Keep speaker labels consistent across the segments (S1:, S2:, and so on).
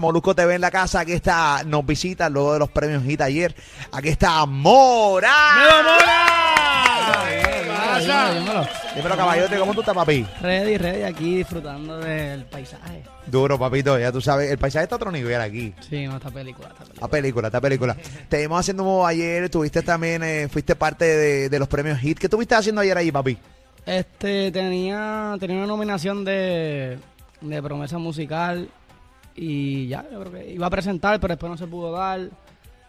S1: Molusco TV en la casa. Aquí está, nos visita luego de los premios Hit ayer. Aquí está Mora.
S2: ¡Melo Mora!
S3: Dímelo, dímelo.
S1: Dímelo, caballote, ¿cómo tú estás, papi?
S3: Ready, ready, aquí disfrutando del paisaje.
S1: Duro, papito, ya tú sabes. El paisaje está a otro nivel aquí.
S3: Sí, no, esta película, esta película.
S1: La película, esta película. Te vimos haciendo ayer, tuviste también, eh, fuiste parte de, de los premios Hit. ¿Qué estuviste haciendo ayer allí, papi?
S3: Este, tenía, tenía una nominación de, de promesa musical y ya, yo creo que iba a presentar, pero después no se pudo dar.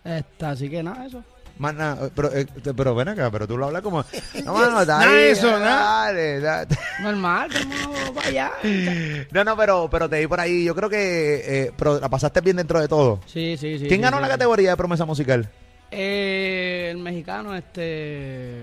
S3: Este, así que nada, eso.
S1: Más nada, pero, eh, te- pero ven acá, pero tú lo hablas como. No, mano, está
S2: Nada
S1: ahí,
S2: eso, nada.
S1: dale, da-
S3: Normal, vamos para allá.
S1: No, no, pero, pero te vi por ahí. Yo creo que eh, pero la pasaste bien dentro de todo.
S3: Sí, sí, sí.
S1: ¿Quién
S3: sí,
S1: ganó
S3: sí.
S1: la categoría de promesa musical?
S3: Eh, el mexicano, este.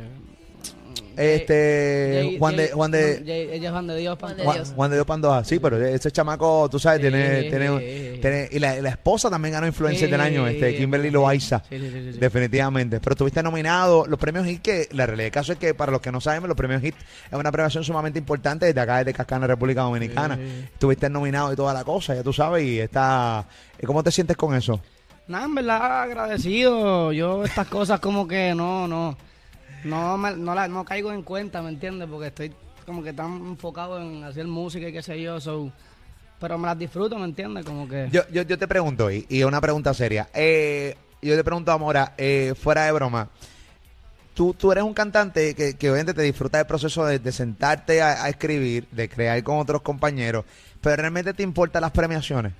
S1: Este,
S3: Jay-
S1: Juan de-
S3: Jay-
S1: Juan de-
S3: no, Jay- ella es Juan de Dios. Juan
S1: Juan, Juan de Dios Pandoa, sí, pero ese chamaco, tú sabes, tiene,
S3: Sí.
S1: tiene, tiene- y la, la esposa también ganó influencer
S3: Sí.
S1: del año, este Kimberly Loaiza.
S3: Sí, sí, sí, sí, sí.
S1: Definitivamente, pero estuviste nominado los premios HIT, que la realidad del caso es que para los que no saben, los premios HIT es una premiación sumamente importante desde acá, desde Cascana, República Dominicana.
S3: Sí.
S1: Estuviste nominado y toda la cosa, ya tú sabes, y está... ¿Cómo te sientes con eso?
S3: Nada, en verdad agradecido. Yo estas cosas como que no, no, no, me- no, la- no caigo en cuenta, ¿me entiendes? Porque estoy como que tan enfocado en hacer música y qué sé yo, so, pero me las disfruto, ¿me entiendes? Como que...
S1: Yo, yo, yo te pregunto, y, y una pregunta seria. Eh, yo te pregunto, Amora, eh, fuera de broma, tú, tú eres un cantante que, que obviamente te disfruta del proceso de, de sentarte a, a escribir, de crear con otros compañeros, pero realmente te importan las premiaciones.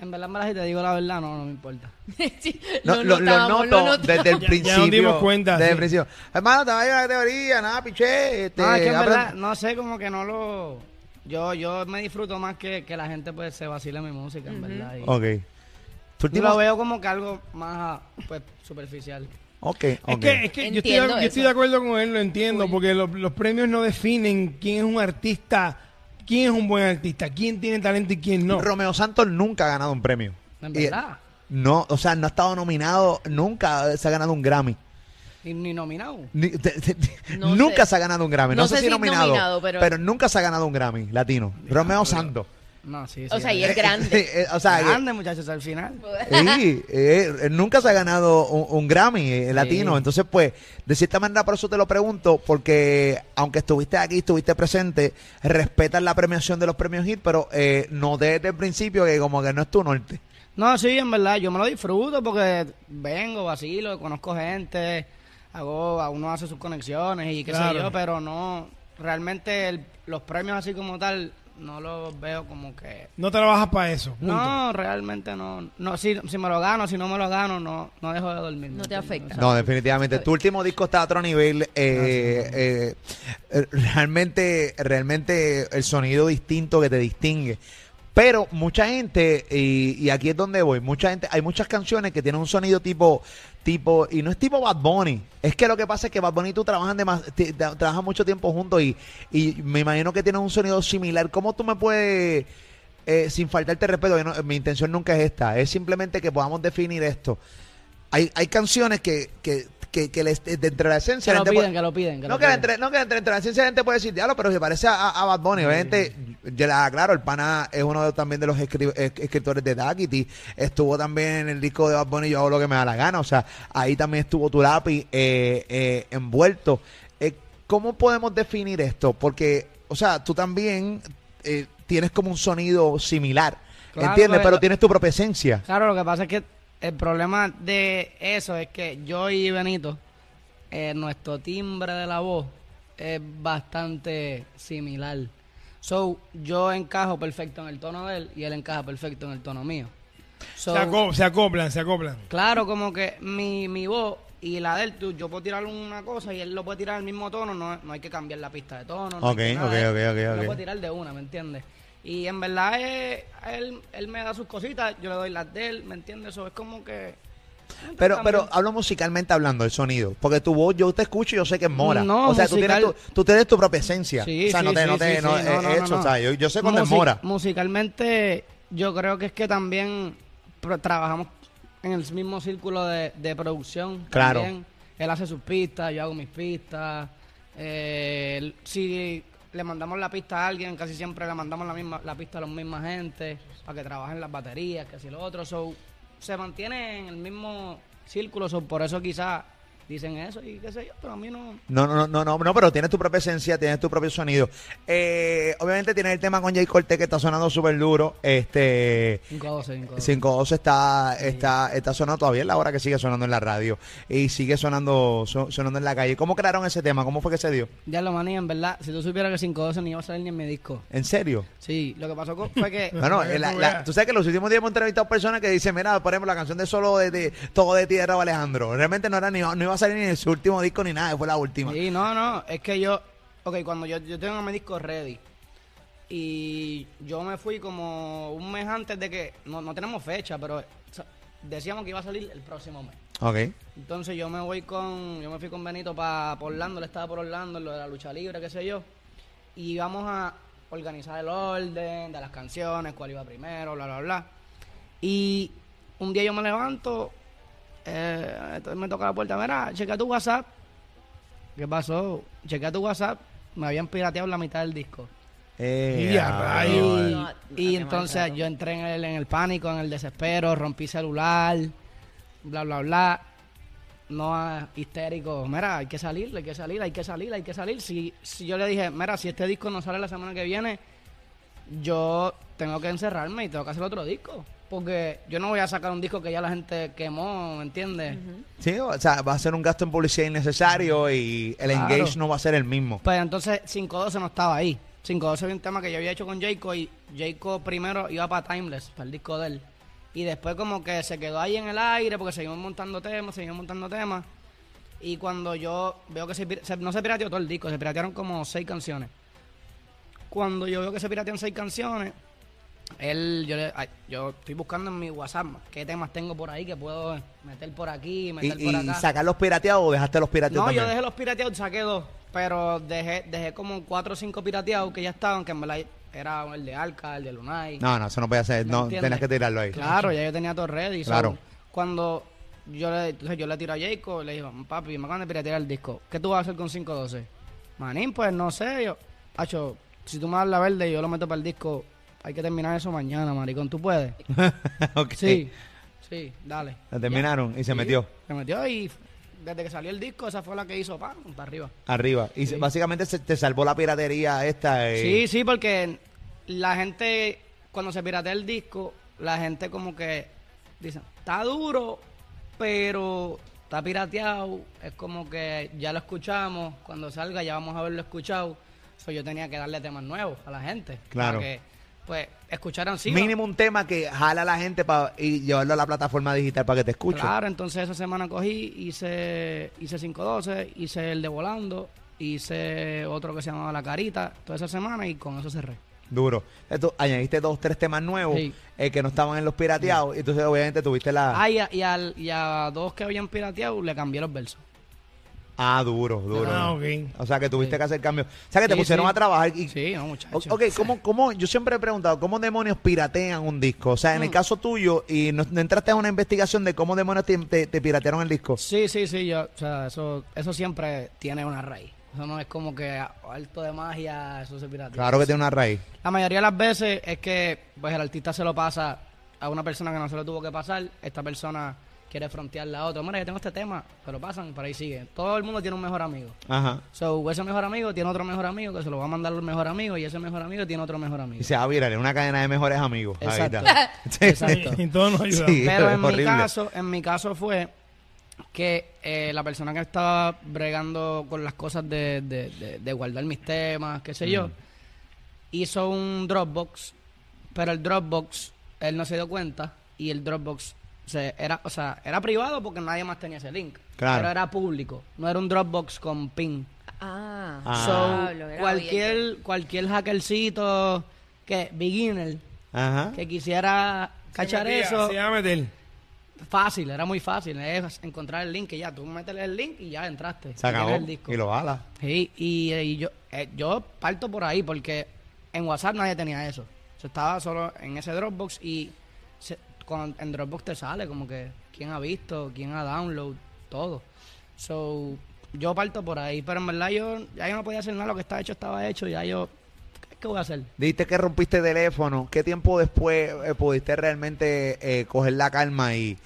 S3: En verdad, en verdad, si te digo la verdad, no, no me importa.
S4: Sí,
S1: No,
S4: lo,
S1: lo, lo
S4: notamos,
S1: noto
S4: lo notamos.
S1: desde el
S2: Ya- ya
S1: principio.
S2: nos dimos cuenta,
S1: Desde el
S2: sí.
S1: principio. Hermano, te va a llevar la categoría, nada, piché. Este,
S3: No, es que en
S1: aprend-
S3: verdad, no sé, como que no lo... Yo, yo me disfruto más que, que la gente pues se vacile mi música, en verdad. Y,
S1: Ok. Tu
S3: y
S1: último-
S3: lo veo como que algo más pues superficial.
S1: Ok,
S2: Es
S1: ok.
S2: que, es que yo, estoy,
S4: Entiendo
S2: yo
S4: eso.
S2: estoy de acuerdo con él, lo entiendo, porque los, los premios no definen quién es un artista, quién es un buen artista, quién tiene talento y quién no.
S1: Romeo Santos nunca ha ganado un premio.
S3: En
S1: Y-
S3: verdad.
S1: No, o sea, no ha estado nominado, nunca se ha ganado un Grammy.
S3: Y ni nominado.
S1: Ni- te- te-
S4: No
S1: nunca
S4: sé.
S1: se ha ganado un Grammy. No,
S4: No
S1: sé,
S4: sé
S1: si,
S4: si
S1: nominado,
S4: nominado,
S1: pero...
S4: pero-
S1: nunca se ha ganado un Grammy latino. Romeo Santos.
S3: No, sí, sí.
S4: O sea, y
S3: es
S4: es grande.
S1: Eh, eh, o sea, eh,
S3: grande, muchachos, al final.
S1: sí, eh, eh, nunca se ha ganado un, un Grammy eh, latino.
S3: Sí.
S1: Entonces, pues, de cierta manera, por eso te lo pregunto, porque aunque estuviste aquí, estuviste presente, respetas la premiación de los premios HIT, pero eh, noté desde el principio que como que no es tu norte.
S3: No, sí, en verdad, yo me lo disfruto porque vengo, vacilo, conozco gente, hago, a uno hace sus conexiones y qué
S2: Claro.
S3: sé yo, pero no, realmente el- los premios así como tal, no los veo como que...
S2: No trabajas para eso. punto.
S3: No, realmente no. no si, si me lo gano, si no me lo gano, no, no dejo de dormir.
S4: No te afecta.
S1: No, definitivamente. Tu último disco está a otro nivel. eh, eh, realmente, realmente el sonido distinto que te distingue. Pero mucha gente, y, y aquí es donde voy, mucha gente, hay muchas canciones que tienen un sonido tipo, tipo, y no es tipo Bad Bunny. Es que lo que pasa es que Bad Bunny y tú trabajan de más, trabajan mucho tiempo juntos y, y me imagino que tienen un sonido similar. ¿Cómo tú me puedes eh, sin faltarte respeto, yo no- mi intención nunca es esta, es simplemente que podamos definir esto. Hay, hay canciones que, que, que, que les- de- entre la esencia... la
S3: Que lo
S1: gente
S3: piden,
S1: puede-
S3: que lo piden. que
S1: no,
S3: lo
S1: que la
S3: piden.
S1: entre, no, que entre, entre la esencia la gente puede decir, diablo, pero se parece a, a- a Bad Bunny. Obviamente, yo la aclaro, el pana es uno de- también de los escri- es- escritores de Daquiti. Estuvo también en el disco de Bad Bunny, yo hago lo que me da la gana. O sea, ahí también estuvo tu lápiz eh, eh, envuelto. Eh, ¿Cómo podemos definir esto? Porque, o sea, tú también eh, tienes como un sonido similar.
S3: Claro,
S1: ¿Entiendes?
S3: lo-
S1: Pero tienes tu propia esencia.
S3: Claro, lo que pasa es que el problema de eso es que yo y Benito, eh, nuestro timbre de la voz es bastante similar. So, yo encajo perfecto en el tono de él y él encaja perfecto en el tono mío. So,
S2: se, aco- se acoplan, se acoplan.
S3: claro, como que mi, mi voz y la de él, tú- yo puedo tirar una cosa y él lo puede tirar al mismo tono, no, no hay que cambiar la pista de tono. No hay
S1: Ok,
S3: que nada,
S1: ok,
S3: él-
S1: ok, ok,
S3: él
S1: ok.
S3: Lo puede tirar de una, ¿me entiendes? Y en verdad eh, él, él me da sus cositas, yo le doy las de él, ¿me entiendes? Eso es como que...
S1: Pero,
S3: también.
S1: pero hablo musicalmente hablando, el sonido. Porque tu voz, yo te escucho y yo sé que es mora.
S3: No,
S1: o sea, tú tienes,
S3: musical-
S1: tu, tú tienes tu propia esencia.
S3: Sí,
S1: o sea, no
S3: sí,
S1: te,
S3: sí,
S1: no te,
S3: sí,
S1: no,
S3: sí,
S1: eh,
S3: no, no,
S1: eso,
S3: no.
S1: o sea, yo, yo sé cuando es
S3: Music-
S1: mora.
S3: Musicalmente, yo creo que es que también pro- trabajamos en el mismo círculo de, de producción.
S1: Claro.
S3: también. Él hace sus pistas, yo hago mis pistas. Eh, él- si le mandamos la pista a alguien, casi siempre le mandamos la misma la pista a la misma gente para que trabajen las baterías, que si lo otro. So, se mantiene en el mismo círculo, so, por eso quizás dicen eso y qué sé yo, pero a mí no.
S1: No, no, no, no, no, no, pero tienes tu propia esencia, tienes tu propio sonido. Eh, obviamente tienes el tema con Jay Cortez que está sonando súper duro. Este
S3: 5-12, 5-12.
S1: 512 está, está, está sonando todavía, es la hora que sigue sonando en la radio y sigue sonando, so- sonando en la calle. ¿Cómo crearon ese tema? ¿Cómo fue que se dio?
S3: Ya lo maní, en verdad. Si tú supieras que 5-12 ni iba a salir ni en mi disco.
S1: ¿En serio?
S3: Sí, lo que pasó co- fue que.
S1: Bueno,
S2: Para que
S1: la-
S2: tú
S1: la-
S2: veas.
S1: tú sabes que los últimos días hemos entrevistado personas que dicen, mira, por ejemplo, la canción de solo de, de- todo de tierra de Alejandro. Realmente no era ni no iba a salir ni en su último disco ni nada, fue la última.
S3: Sí, no, no, es que yo, ok, cuando yo, yo tengo mi disco ready y yo me fui como un mes antes de que, no, no tenemos fecha, pero o sea, decíamos que iba a salir el próximo mes.
S1: Ok.
S3: Entonces yo me voy con, yo me fui con Benito para Orlando, le estaba por Orlando, en lo de la lucha libre, qué sé yo, y íbamos a organizar el orden de las canciones, cuál iba primero, bla, bla, bla. Y un día yo me levanto, eh, entonces me toca la puerta, mira, checa tu WhatsApp. ¿Qué pasó? Chequea tu WhatsApp, me habían pirateado la mitad del disco.
S1: Eh,
S2: Y a rayos.
S1: ay.
S3: Y,
S4: No,
S3: y
S4: qué
S3: entonces
S4: maltrato.
S3: yo entré en el, en el pánico, en el desespero, rompí celular, bla, bla, bla. No ah, histérico, mira, hay que salir, hay que salir, hay que salir, hay que salir. Si, si yo le dije, mira, si este disco no sale la semana que viene, yo tengo que encerrarme y tengo que hacer otro disco. Porque yo no voy a sacar un disco que ya la gente quemó, ¿me entiendes?
S1: Sí, o sea, va a ser un gasto en publicidad innecesario y el
S3: Claro.
S1: engage no va a ser el mismo.
S3: Pues entonces 512 no estaba ahí. 512 había un tema que yo había hecho con Jayco y Jayco primero iba para Timeless, para el disco de él. Y después como que se quedó ahí en el aire porque seguimos montando temas, seguimos montando temas. Y cuando yo veo que se, pir- se- no se pirateó todo el disco, se piratearon como seis canciones. Cuando yo veo que se piratean seis canciones, él, yo, le- ay, yo estoy buscando en mi WhatsApp qué temas tengo por ahí que puedo meter por aquí,
S1: Y,
S3: meter por
S1: y
S3: acá.
S1: sacar los pirateados o dejaste los pirateados
S3: No,
S1: también?
S3: yo dejé los pirateados, saqué dos, pero dejé, dejé como cuatro o cinco pirateados que ya estaban, que en verdad era el de Alca, el de Lunay.
S1: No, no, eso no podía ser.
S3: ¿me
S1: No,
S3: entiendes?
S1: tenías que tirarlo ahí.
S3: Claro, ya yo tenía todo ready. so,
S1: Claro.
S3: cuando yo le, entonces yo le tiro a Jacob, le digo, papi, me acaban de piratear el disco, ¿qué tú vas a hacer con 512? Manín, pues no sé, yo, hacho, si tú me das la verde y yo lo meto para el disco, hay que terminar eso mañana, maricón, ¿tú puedes?
S1: Ok.
S3: Sí, sí, dale.
S1: La terminaron y se
S3: Sí,
S1: metió
S3: Se metió y desde que salió el disco, esa fue la que hizo, pam, para arriba.
S1: arriba. Y se- básicamente se- te salvó la piratería esta. eh.
S3: Sí, sí, porque la gente, cuando se piratea el disco, la gente como que dice, está duro, pero está pirateado. Es como que ya lo escuchamos, cuando salga ya vamos a haberlo escuchado. So, yo tenía que darle temas nuevos a la gente.
S1: Claro.
S3: Para que, pues, escucharan sí.
S1: Mínimo un tema que jala a la gente para y llevarlo a la plataforma digital para que te escuche.
S3: Claro, entonces esa semana cogí, hice, hice 512, hice el de Volando, hice otro que se llamaba La Carita, toda esa semana y con eso cerré.
S1: Duro. Entonces, añadiste dos, tres temas nuevos
S3: Sí.
S1: eh, que no estaban en los pirateados. Y entonces, obviamente, tuviste la.
S3: Ah, y a, y al- y a dos que habían pirateado le cambié los versos.
S1: Ah, duro, duro.
S2: Ah, ok.
S1: O sea, que tuviste que hacer cambios. O sea, que te
S3: Sí,
S1: pusieron
S3: sí.
S1: a trabajar. Y,
S3: Sí, no,
S1: O-
S3: muchachos.
S1: Ok, ¿cómo, cómo, yo siempre he preguntado, ¿cómo demonios piratean un disco? O sea,
S3: Mm.
S1: en el caso tuyo, y no, no entraste a una investigación de cómo demonios te, te- te piratearon el disco.
S3: Sí, sí, sí, yo, o sea, eso, eso siempre tiene una raíz. Eso no es como que a- alto de magia, eso se piratea.
S1: Claro que tiene una raíz.
S3: La mayoría de las veces es que pues el artista se lo pasa a una persona que no se lo tuvo que pasar, esta persona quiere frontear la otra. Mira, yo tengo este tema, te lo pasan, por ahí sigue. Todo el mundo tiene un mejor amigo.
S1: Ajá.
S3: So, ese mejor amigo tiene otro mejor amigo que se lo va a mandar al mejor amigo y ese mejor amigo tiene otro mejor amigo.
S1: Y se va a virar en una cadena de mejores amigos. Ahí
S3: Exacto.
S1: está. Sí.
S3: Exacto.
S2: Y todo nos ayuda.
S1: Sí.
S3: Pero
S1: es
S3: en mi
S1: horrible.
S3: caso, en mi caso fue que eh, la persona que estaba bregando con las cosas de, de- de- de guardar mis temas, qué sé
S1: Mm.
S3: yo, hizo un Dropbox, pero el Dropbox, él no se dio cuenta y el Dropbox se, era, o sea, era privado porque nadie más tenía ese link.
S1: Claro.
S3: Pero era público, no era un Dropbox con pin.
S4: Ah,
S1: Ah.
S3: So,
S4: Pablo, era abierto.
S3: cualquier, cualquier hackercito que beginner
S1: Ajá.
S3: que quisiera cachar
S2: Se metía,
S3: eso
S2: Se iba a meter.
S3: Fácil, era muy fácil. Es encontrar el link y ya, tú métele el link y ya entraste.
S1: Se
S3: Y tienes
S1: acabó.
S3: el disco.
S1: Y lo jala.
S3: Sí, y, eh, y yo, eh, yo parto por ahí porque en WhatsApp nadie tenía eso. Yo estaba solo en ese Dropbox y se- con- en Dropbox te sale como que quién ha visto, quién ha download, todo. So, yo parto por ahí, pero en verdad yo ya yo no podía hacer nada, lo que estaba hecho estaba hecho, ya yo, ¿qué, qué voy a hacer?
S1: Dijiste que rompiste teléfono. ¿Qué tiempo después eh, pudiste realmente eh, coger la calma y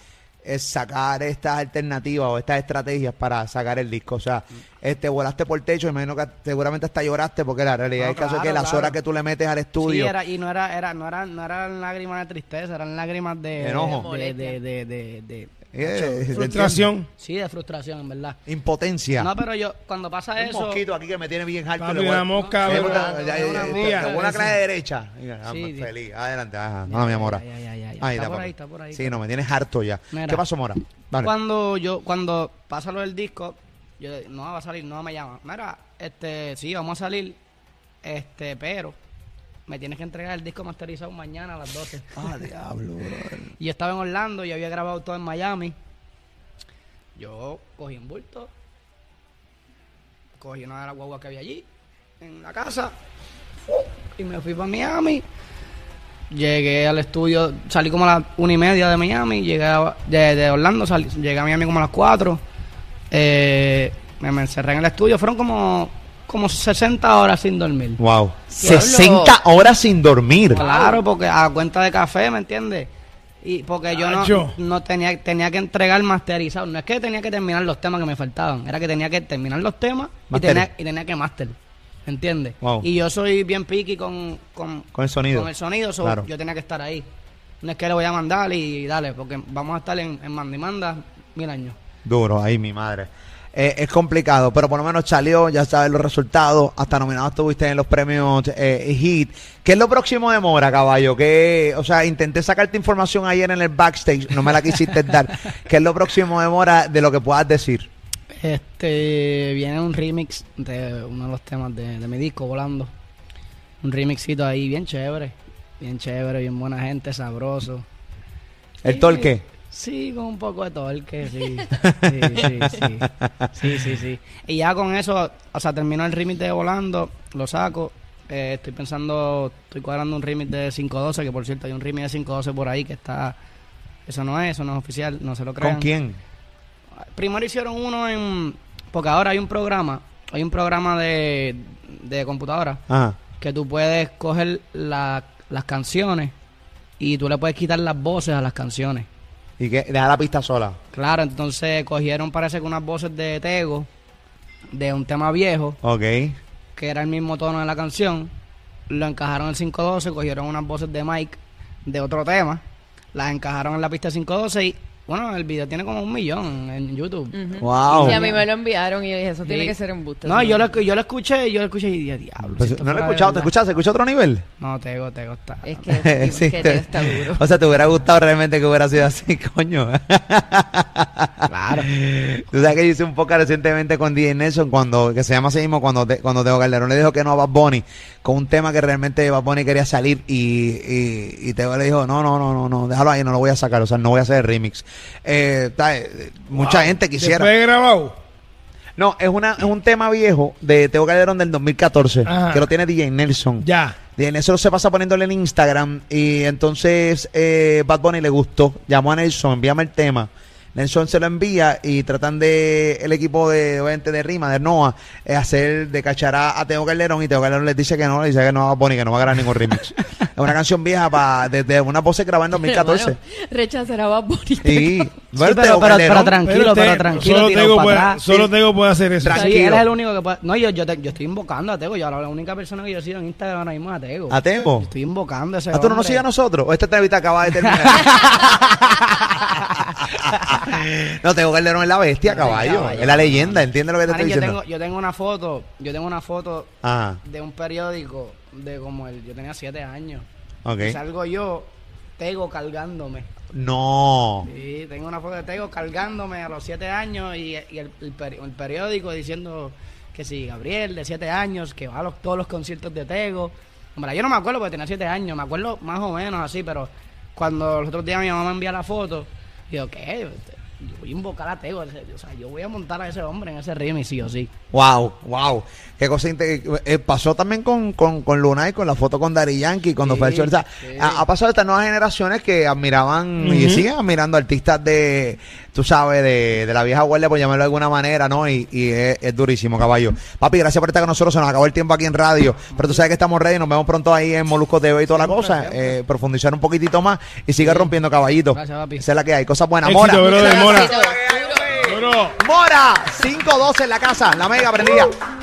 S1: eh, sacar estas alternativas o estas estrategias para sacar el disco? O sea,
S3: Mm.
S1: eh, te volaste por techo, imagino que seguramente hasta lloraste, porque la realidad
S3: No,
S1: del caso es que
S3: claro,
S1: las
S3: claro.
S1: horas que tú le metes al estudio. Eh,
S3: Sí, era, y no era, era, no eran, no eran lágrimas de tristeza, eran lágrimas de
S1: De enojo.
S3: de, de, de, de- de-
S1: eh, ¿te entiendes?
S2: Frustración.
S3: sí, de frustración, en verdad.
S1: Impotencia.
S3: No, pero yo, cuando pasa
S1: un
S3: eso.
S1: mosquito aquí que me tiene bien harto.
S2: Papi,
S1: le voy a-
S2: una mosca,
S1: le voy a-
S2: bro.
S1: ya, ya, ya, eh,
S2: Una
S1: te-
S2: mía.
S1: te voy a la clave de derecha. Mira, ah,
S3: Sí, sí.
S1: feliz. Adelante, ajá.
S3: Ya,
S1: No, mi
S3: ya,
S1: amor.
S3: ya, ya, ya, ya.
S1: Ahí
S3: Está por
S1: papi.
S3: ahí, está por ahí,
S1: Sí,
S3: está
S1: no, me tienes harto ya.
S3: Mira.
S1: ¿Qué pasó, Mora? Dale.
S3: Cuando yo, cuando pasa lo del disco, yo le digo, no va a salir, no me llama. Mira, este, sí, vamos a salir, este, pero me tienes que entregar el disco masterizado mañana a las 12.
S1: Ah, diablo, brother.
S3: Y yo estaba en Orlando, yo había grabado todo en Miami. Yo cogí un bulto, cogí una de las guaguas que había allí, en la casa, ¡fu! y me fui para Miami. Llegué al estudio, salí como a las una y media de Miami, llegué a- de, de Orlando, salí- llegué a Miami como a las cuatro. Eh, me, me encerré en el estudio, fueron como, como 60 horas sin dormir.
S1: Wow. 60 horas sin dormir.
S3: Claro, porque a cuenta de café, ¿me entiendes? Y porque yo no,
S2: Cacho.
S3: no tenía, tenía que entregar masterizado. No es que tenía que terminar los temas que me faltaban, era que tenía que terminar los temas y
S1: Master.
S3: tenía, y tenía que master. ¿Me entiendes?
S1: Wow.
S3: Y yo soy bien picky con, con,
S1: Con el sonido.
S3: con el sonido, so
S1: Claro.
S3: yo tenía que estar ahí. No es que le voy a mandar y dale, porque vamos a estar en, en Mandimanda mil años.
S1: Duro, ahí mi madre. Eh, es complicado, pero por lo menos salió, ya sabes los resultados. Hasta nominado estuviste en los premios eh, Hit. ¿Qué es lo próximo de Mora, caballo? Que, o sea, intenté sacarte información ayer en el backstage, no me la quisiste dar. ¿Qué es lo próximo de Mora de lo que puedas decir?
S3: Este viene un remix de uno de los temas de, de mi disco volando. Un remixito ahí bien chévere, bien chévere, bien buena gente, sabroso.
S1: ¿El
S3: Sí,
S1: torque?
S3: Sí, con un poco de torque, sí. Sí, sí, sí. Sí, sí, sí. Y ya con eso, o sea, terminó el remix de volando, lo saco. Eh, estoy pensando, estoy cuadrando un remix de 512, que por cierto hay un remix de 512 por ahí que está. Eso no es, eso no es oficial, no se lo crean.
S1: ¿Con quién?
S3: Primero hicieron uno en. Porque ahora hay un programa. Hay un programa de, de computadora.
S1: Ajá.
S3: Que tú puedes coger la- las canciones. Y tú le puedes quitar las voces a las canciones.
S1: Y que deja la pista sola.
S3: Claro, entonces cogieron, parece que unas voces de Tego. De un tema viejo.
S1: Ok.
S3: Que era el mismo tono de la canción. Lo encajaron en 512. Cogieron unas voces de Mike. De otro tema. Las encajaron en la pista 512. Y bueno, el video tiene como un millón en YouTube.
S4: Ujú.
S1: Wow.
S4: Y a mí me lo enviaron y yo dije, eso tiene
S3: Sí.
S4: que ser un busto.
S3: No, yo lo, escu- yo lo escuché, yo lo escuché y dije, diablo. si
S1: Pues,
S3: esto
S1: no lo he
S3: fuera de
S1: escuchado, ¿te
S3: verdad".
S1: escuchas? ¿Se escucha a otro nivel?
S3: No, Tego, Tego está.
S4: Es que, es
S1: Sí,
S4: que
S1: te-
S4: está duro.
S1: O sea, te hubiera gustado realmente que hubiera sido así, coño.
S3: Claro.
S1: Tú sabes que yo hice un podcast recientemente con DJ Nelson cuando, que se llama así mismo, cuando, te- cuando Teo Calderón le dijo que no a Bad Bunny, con un tema que realmente Bad Bunny quería salir y, y, y Teo le dijo, no, no, no, no, no, déjalo ahí, no lo voy a sacar, o sea, no voy a hacer el remix. Eh, está, eh, Mucha gente quisiera.
S2: Ah, Después de grabado.
S1: No, es, una, es un tema viejo de Teo Calderón del 2014,
S2: Ajá.
S1: que lo tiene DJ Nelson.
S2: Ya.
S1: Y en eso se pasa poniéndole en Instagram. Y entonces eh, Bad Bunny le gustó. Llamó a Nelson, envíame el tema. Nelson se lo envía y tratan de el equipo de obviamente de Rima, de Noah, eh, hacer de cachará a Teo Calderón y Teo Calderón les dice que no, le dice que no va a Bunny, que no va a grabar ningún remix. es una canción vieja para desde una voz grabada en 2014.
S4: Hermano, rechazar a Bad Bunny.
S1: Y
S3: pero-
S1: bueno,
S3: pero-
S1: Teo Calderón,
S3: pero tranquilo,
S2: Pero
S3: pero
S2: te-
S3: tranquilo,
S2: Solo
S3: tiro
S2: Tego
S3: pa'
S2: puede-
S3: atrás,
S2: solo
S1: sí.
S2: Tego puede hacer eso.
S1: Tranquilo.
S3: Sí, él es el único que puede. No, yo, yo, te- yo estoy invocando a Tego. Yo ahora la única persona que yo sigo en Instagram ahora mismo es a Tego.
S1: ¿A Tego?
S3: Yo estoy invocando a ese.
S1: ¿Ah, tú no nos
S3: Este hombre.
S1: sigues a nosotros? ¿O esta entrevista acaba de terminar? no, Teo Calderón es la bestia, caballo.
S3: caballo.
S1: Es la leyenda, entiende lo que te
S3: Mani,
S1: estoy
S3: yo
S1: diciendo. Ah,
S3: tengo, yo tengo una foto, yo tengo una foto
S1: Ajá,
S3: de un periódico de como el. Yo tenía siete años.
S1: ok.
S3: Y salgo yo, Tego cargándome.
S1: No.
S3: Sí, tengo una foto de Tego cargándome a los siete años y, y el, el peri- el periódico diciendo que sí, Gabriel, de siete años, que va a los- todos los conciertos de Tego. Hombre, yo no me acuerdo porque tenía siete años, me acuerdo más o menos así, pero cuando los otros días mi mamá me envía la foto, digo, ¿qué? yo voy a invocar a Tego. O sea, yo voy a montar a ese hombre en ese remix, sí o sí.
S1: Wow, wow. Qué cosa inte- eh, pasó también con, con, con Lunay, con la foto con Dari Yankee, cuando
S3: Sí,
S1: fue el show. O sea,
S3: sí.
S1: ha, ha pasado estas nuevas generaciones que admiraban y
S2: Ujú.
S1: siguen admirando artistas de, tú sabes, de, de la vieja guardia, por llamarlo de alguna manera, ¿no? Y, y es, es durísimo, caballo. Papi, gracias por estar con nosotros. Se nos acabó el tiempo aquí en radio. Pero tú sabes que estamos ready. Nos vemos pronto ahí en Molusco TV y toda la
S3: Siempre,
S1: cosa.
S3: siempre.
S1: Eh, profundizar un poquitito más y sigue rompiendo, caballito.
S3: Gracias, papi.
S1: Esa es la que hay. Cosas buenas.
S2: Éxito,
S1: Mora.
S2: brother, Mora.
S4: Éxito.
S2: Duro.
S1: Mora, 512 en la casa, la mega prendida.